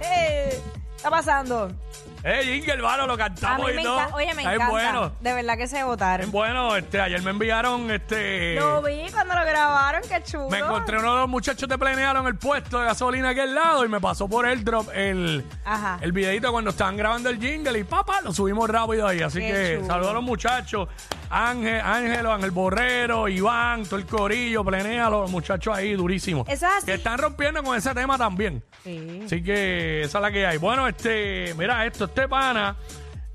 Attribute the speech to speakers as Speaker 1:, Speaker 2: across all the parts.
Speaker 1: Eh, está pasando.
Speaker 2: ¡Eh, Jingle, hermano! Lo
Speaker 1: A
Speaker 2: cantamos
Speaker 1: mí me
Speaker 2: y todo.
Speaker 1: encanta. Oye, me
Speaker 2: Es
Speaker 1: encanta.
Speaker 2: bueno.
Speaker 1: De verdad que se
Speaker 2: Es
Speaker 1: votaron.
Speaker 2: bueno. Este, ayer me enviaron este...
Speaker 1: Lo vi cuando lo grabaron, qué chulo.
Speaker 2: Me encontré uno de los muchachos que planearon el puesto de gasolina aquí al lado y me pasó por el drop el,
Speaker 1: Ajá.
Speaker 2: el videito cuando estaban grabando el jingle y papá, lo subimos rápido ahí. Así
Speaker 1: Qué
Speaker 2: que
Speaker 1: chulo.
Speaker 2: saludos a los muchachos. Ángel, Ángelo, Ángel Borrero, Iván, todo el corillo, planealo, los muchachos ahí durísimos.
Speaker 1: Eso es así.
Speaker 2: Que están rompiendo con ese tema también.
Speaker 1: Sí.
Speaker 2: Así que esa es la que hay. Bueno, este, mira esto, este pana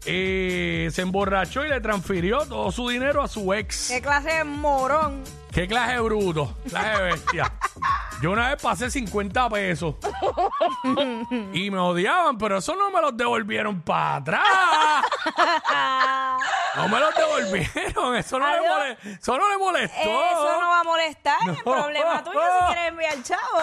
Speaker 2: eh, se emborrachó y le transfirió todo su dinero a su ex.
Speaker 1: Qué clase de morón.
Speaker 2: Qué clase de bruto, clase de bestia. Yo una vez pasé 50 pesos y me odiaban, pero eso no me los devolvieron para atrás. No me los devolvieron, eso no, le,
Speaker 1: Adiós.
Speaker 2: mole- eso no le molestó.
Speaker 1: Eso no va a molestar.
Speaker 2: No.
Speaker 1: El problema tuyo si quieres enviar chavo.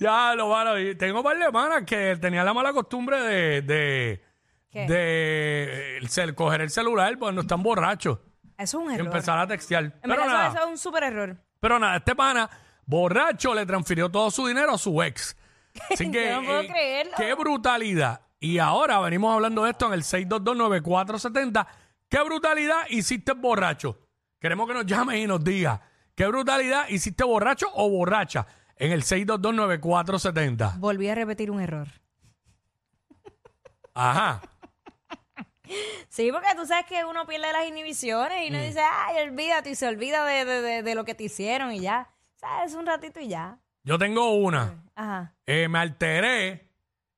Speaker 2: Ya, lo malo. y Tengo par de hermanas que tenían la mala costumbre de, de,
Speaker 1: ¿Qué?
Speaker 2: de, eh, el cel- coger el celular cuando están borrachos
Speaker 1: Eso es un
Speaker 2: y
Speaker 1: error.
Speaker 2: empezar a textear.
Speaker 1: En
Speaker 2: Pero
Speaker 1: verdad,
Speaker 2: nada.
Speaker 1: eso, eso es un super error.
Speaker 2: Pero nada, este pana, borracho, le transfirió todo su dinero a su ex. Así que, eh,
Speaker 1: Yo no puedo creerlo.
Speaker 2: qué brutalidad. Y ahora venimos hablando de esto en el 6229470. Qué brutalidad hiciste borracho. Queremos que nos llame y nos diga. Qué brutalidad hiciste borracho o borracha en el 6229470.
Speaker 1: Volví a repetir un error.
Speaker 2: Ajá.
Speaker 1: Sí, porque tú sabes que uno pierde las inhibiciones y
Speaker 2: Mm.
Speaker 1: uno dice, ay, olvídate y se olvida de, de- de- de lo que te hicieron y ya. ¿Sabes? Un ratito y ya.
Speaker 2: Yo tengo una.
Speaker 1: Ajá.
Speaker 2: Eh, me alteré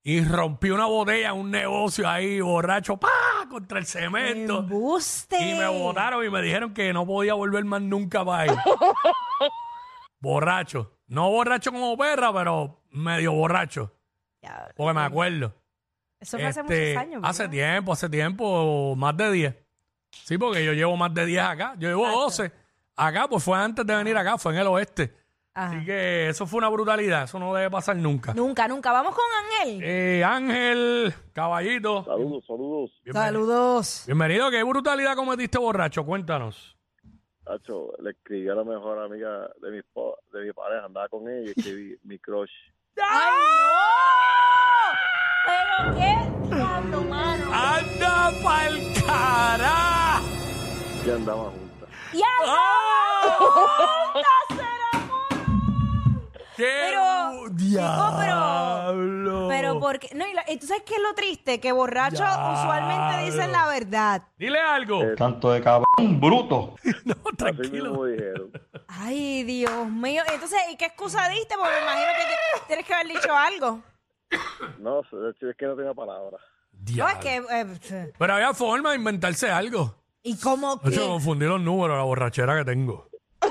Speaker 2: y rompí una botella en un negocio ahí, borracho, pa, contra el cemento.
Speaker 1: Embuste.
Speaker 2: Y me votaron y me dijeron que no podía volver más nunca para ahí. borracho. No borracho como perra, pero medio borracho.
Speaker 1: Ya,
Speaker 2: Porque me acuerdo.
Speaker 1: Eso fue hace
Speaker 2: Este,
Speaker 1: muchos años.
Speaker 2: Hace
Speaker 1: ¿verdad?
Speaker 2: tiempo, hace tiempo, más de 10. Sí, porque yo llevo más de 10 acá. Yo llevo 12. Acá, pues fue antes de venir acá, fue en el oeste.
Speaker 1: Ajá.
Speaker 2: Así que eso fue una brutalidad. Eso no debe pasar nunca.
Speaker 1: Nunca, nunca. Vamos con Ángel.
Speaker 2: Eh, Ángel, caballito.
Speaker 3: Saludos, saludos.
Speaker 2: bienvenido.
Speaker 1: Saludos.
Speaker 2: Bienvenido. ¿Qué brutalidad cometiste, borracho? Cuéntanos.
Speaker 3: Hacho, le escribí a la mejor amiga de mi, espo- de mi pareja, andaba con ella y escribí mi crush.
Speaker 1: ¡Ay, no! ¿Pero qué diablo, mano?
Speaker 2: Ah. ¡Anda pa'l cara!
Speaker 3: Ya andaba juntas.
Speaker 1: ¡Ya!
Speaker 2: ¡Ah! ¡Qué
Speaker 1: Pero, chico,
Speaker 2: bu-
Speaker 1: pero-
Speaker 2: diablo!
Speaker 1: Pero porque. No, y, la- y tú sabes qué es lo triste, que borrachos
Speaker 2: Oh. Ya.
Speaker 1: usualmente dicen la verdad.
Speaker 2: Dile algo.
Speaker 4: Tanto de cabrón bruto.
Speaker 2: no,
Speaker 3: Eh, Así
Speaker 2: tranquilo.
Speaker 3: mismo dijeron.
Speaker 1: Ay, Dios mío. Entonces, ¿y qué excusa diste? Porque me imagino que te- tienes que haber dicho algo.
Speaker 3: No, es que no tenía palabras.
Speaker 1: No,
Speaker 2: Diablo.
Speaker 1: es que. eh, pf,
Speaker 2: Pero había forma de inventarse algo.
Speaker 1: ¿Y cómo
Speaker 2: Yo me
Speaker 1: que?
Speaker 2: confundí los números, la borrachera que tengo.
Speaker 3: Eh,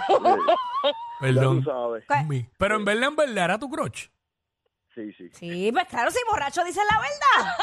Speaker 3: Ya tú
Speaker 2: Perdón.
Speaker 3: sabes.
Speaker 1: sabes.
Speaker 2: Mi- Pero en verdad, en verdad, era tu crotch.
Speaker 3: Sí, sí.
Speaker 1: Sí, pues claro, si borracho dicen la verdad.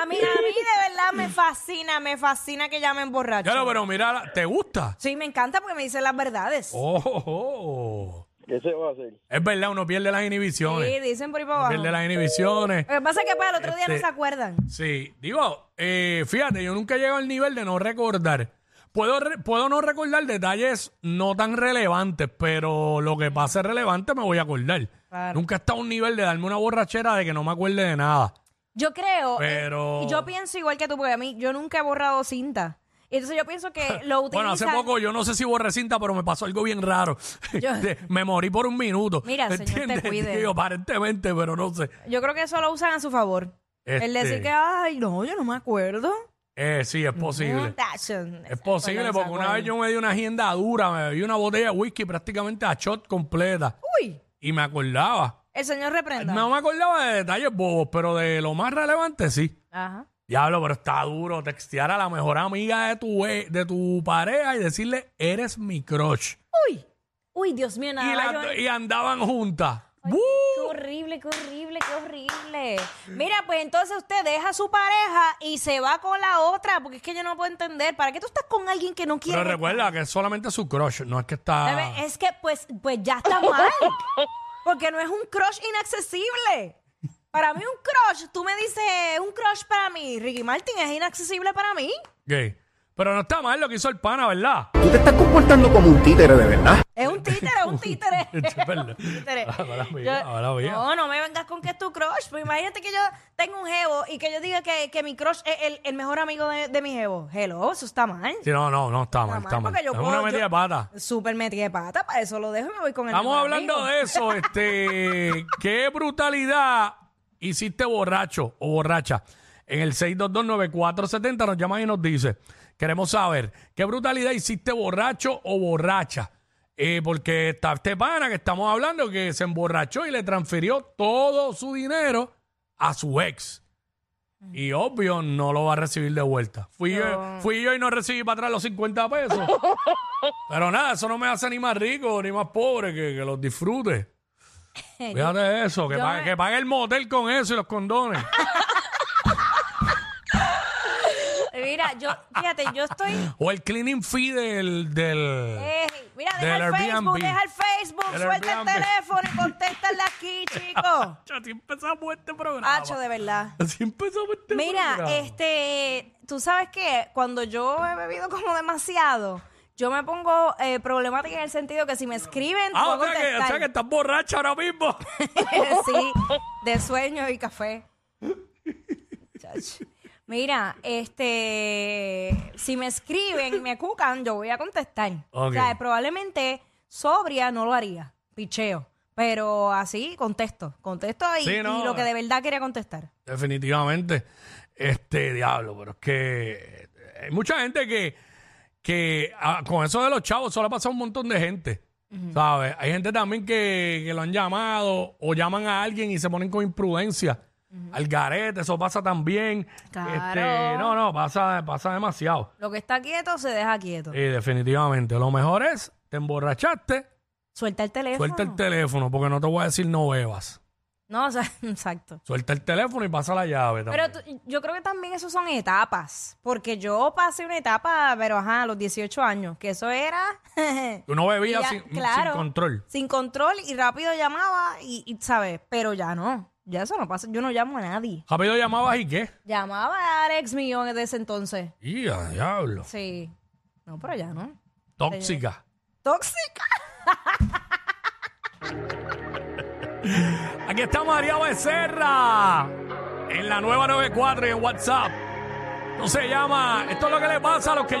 Speaker 1: A mí, a mí de verdad me fascina, me fascina que llamen borracho.
Speaker 2: Claro, pero mira, la- ¿te gusta?
Speaker 1: Sí, me encanta porque me dicen las verdades.
Speaker 2: Oh, oh, oh.
Speaker 3: ¿Qué se va a hacer?
Speaker 2: Es verdad, uno pierde las inhibiciones.
Speaker 1: Sí, dicen por ahí para abajo.
Speaker 2: Pierde las inhibiciones.
Speaker 1: Lo que pasa es que para el otro día no
Speaker 2: Este-
Speaker 1: se acuerdan.
Speaker 2: Sí, digo, eh, fíjate, yo nunca llego al nivel de no recordar. Puedo, re- puedo no recordar detalles no tan relevantes, pero lo que pase relevante me voy a acordar.
Speaker 1: Claro.
Speaker 2: Nunca he estado a un nivel de darme una borrachera de que no me acuerde de nada.
Speaker 1: Yo creo.
Speaker 2: Pero-
Speaker 1: eh, yo pienso igual que tú, porque a mí yo nunca he borrado cinta. Y Entonces yo pienso que lo utilizan.
Speaker 2: Bueno, hace poco yo no sé si borré cinta, pero me pasó algo bien raro.
Speaker 1: Yo-
Speaker 2: De- me morí por un minuto.
Speaker 1: Mira, señor, te cuide.
Speaker 2: Digo, aparentemente, pero no sé.
Speaker 1: Yo creo que eso lo usan a su favor. El
Speaker 2: Este,
Speaker 1: decir que, ay, no, yo no me acuerdo.
Speaker 2: eh, sí, es posible. Es posible, porque una vez yo me di una agenda dura, me bebí una botella de whisky prácticamente a shot completa.
Speaker 1: Uy,
Speaker 2: Y me acordaba.
Speaker 1: el señor reprenda.
Speaker 2: No me acordaba de detalles bobos, pero de lo más relevante sí.
Speaker 1: Ajá.
Speaker 2: Diablo, pero está duro textear a la mejor amiga de tu, e- de tu pareja y decirle, eres mi crush.
Speaker 1: Uy, uy, Dios mío, nada.
Speaker 2: y,
Speaker 1: más
Speaker 2: la-
Speaker 1: yo-
Speaker 2: y andaban juntas.
Speaker 1: Qué horrible, qué horrible, qué horrible. Mira, pues entonces usted deja a su pareja y se va con la otra, porque es que yo no puedo entender. ¿Para qué tú estás con alguien que no quiere?
Speaker 2: Pero recuerda Ah. que es solamente su crush, no es que está...
Speaker 1: Debe- Es que pues, pues ya está mal. Porque no es un crush inaccesible. Para mí un crush, tú me dices, un crush para mí, Ricky Martin es inaccesible para mí.
Speaker 2: gay. Pero no está mal lo que hizo el pana, ¿verdad?
Speaker 5: Tú te estás comportando como un títere de verdad.
Speaker 1: Es un títere, es un títere.
Speaker 2: Es verdad.
Speaker 1: Títere.
Speaker 2: Ahora Ah, mía,
Speaker 1: Yo-
Speaker 2: ahora mía.
Speaker 1: No, no me vengas con que es tu crush. Pues imagínate que yo tengo un jevo y que yo diga que, que mi crush es el, el mejor amigo de, de mi jevo. Hello, eso está mal.
Speaker 2: Sí, no, no, no está mal,
Speaker 1: mal,
Speaker 2: está mal.
Speaker 1: porque yo
Speaker 2: Es
Speaker 1: puedo-
Speaker 2: una metida
Speaker 1: yo-
Speaker 2: de pata.
Speaker 1: Súper metí de pata, para eso lo dejo y me voy con el
Speaker 2: Estamos
Speaker 1: mejor
Speaker 2: hablando
Speaker 1: amigo.
Speaker 2: de eso, este, qué brutalidad hiciste borracho o borracha. En el 6229470 nos llama y nos dice, queremos saber, qué brutalidad hiciste borracho o borracha. Eh, porque está este pana que estamos hablando que se emborrachó y le transfirió todo su dinero a su ex. Y obvio, no lo va a recibir de vuelta. Fui, yo, fui yo y no recibí para atrás los 50 pesos. Pero nada, eso no me hace ni más rico ni más pobre que, que los disfrute. Fíjate de eso, que
Speaker 1: yo
Speaker 2: pague,
Speaker 1: me-
Speaker 2: que pague el motel con eso y los condones.
Speaker 1: Mira, yo, fíjate, yo estoy.
Speaker 2: o el cleaning fee del. del...
Speaker 1: Ey, mira, deja
Speaker 2: Del
Speaker 1: el Facebook,
Speaker 2: Airbnb.
Speaker 1: deja el Facebook,
Speaker 2: Del
Speaker 1: suelta el
Speaker 2: Airbnb.
Speaker 1: teléfono y contéstala aquí, chico.
Speaker 2: Así empezamos este programa.
Speaker 1: Hacho, de verdad.
Speaker 2: Así empezamos este programa.
Speaker 1: Mira, este, tú sabes que cuando yo he bebido como demasiado, yo me pongo eh, problemática en el sentido que si me escriben,
Speaker 2: Ah,
Speaker 1: puedo
Speaker 2: o sea, que, o sea que
Speaker 1: contestar.
Speaker 2: estás borracha ahora mismo.
Speaker 1: sí, de sueño y café. Chacho. Mira, este, si me escriben y me cucan, yo voy a contestar. O
Speaker 2: Ok.
Speaker 1: sea, probablemente sobria no lo haría, picheo. Pero así contesto, contesto y,
Speaker 2: Sí, no. eh.
Speaker 1: y lo que de verdad quería contestar.
Speaker 2: Definitivamente. Este diablo, pero es que eh, hay mucha gente que, que ah, con eso de los chavos solo ha pasado un montón de gente. ¿Sabes? Hay gente también que, que lo han llamado o llaman a alguien y se ponen con imprudencia. Al garete, eso pasa también.
Speaker 1: Claro.
Speaker 2: Este, no, no, pasa, pasa demasiado.
Speaker 1: Lo que está quieto se deja quieto.
Speaker 2: Eh, definitivamente. Lo mejor es, te emborrachaste,
Speaker 1: Suelta el teléfono.
Speaker 2: suelta el teléfono, porque no te voy a decir no bebas.
Speaker 1: No, o sea, exacto.
Speaker 2: Suelta el teléfono y pasa la llave también.
Speaker 1: Pero tú- yo creo que también eso son etapas, porque yo pasé una etapa, pero ajá, a los 18 años, que eso era...
Speaker 2: Tú no bebías
Speaker 1: ya,
Speaker 2: sin-
Speaker 1: claro.
Speaker 2: sin control.
Speaker 1: sin control y rápido llamaba y, y, ¿sabes? Pero ya no, ya eso no pasa, yo no llamo a nadie.
Speaker 2: Rápido llamabas y qué.
Speaker 1: Llamaba a Alex Millón desde ese entonces.
Speaker 2: Ya, diablo.
Speaker 1: Sí. No, pero ya no.
Speaker 2: Tóxica.
Speaker 1: Tóxica.
Speaker 2: Aquí está María Becerra. En la nueva 94 y en WhatsApp. No se llama. Esto es lo que le pasa a los que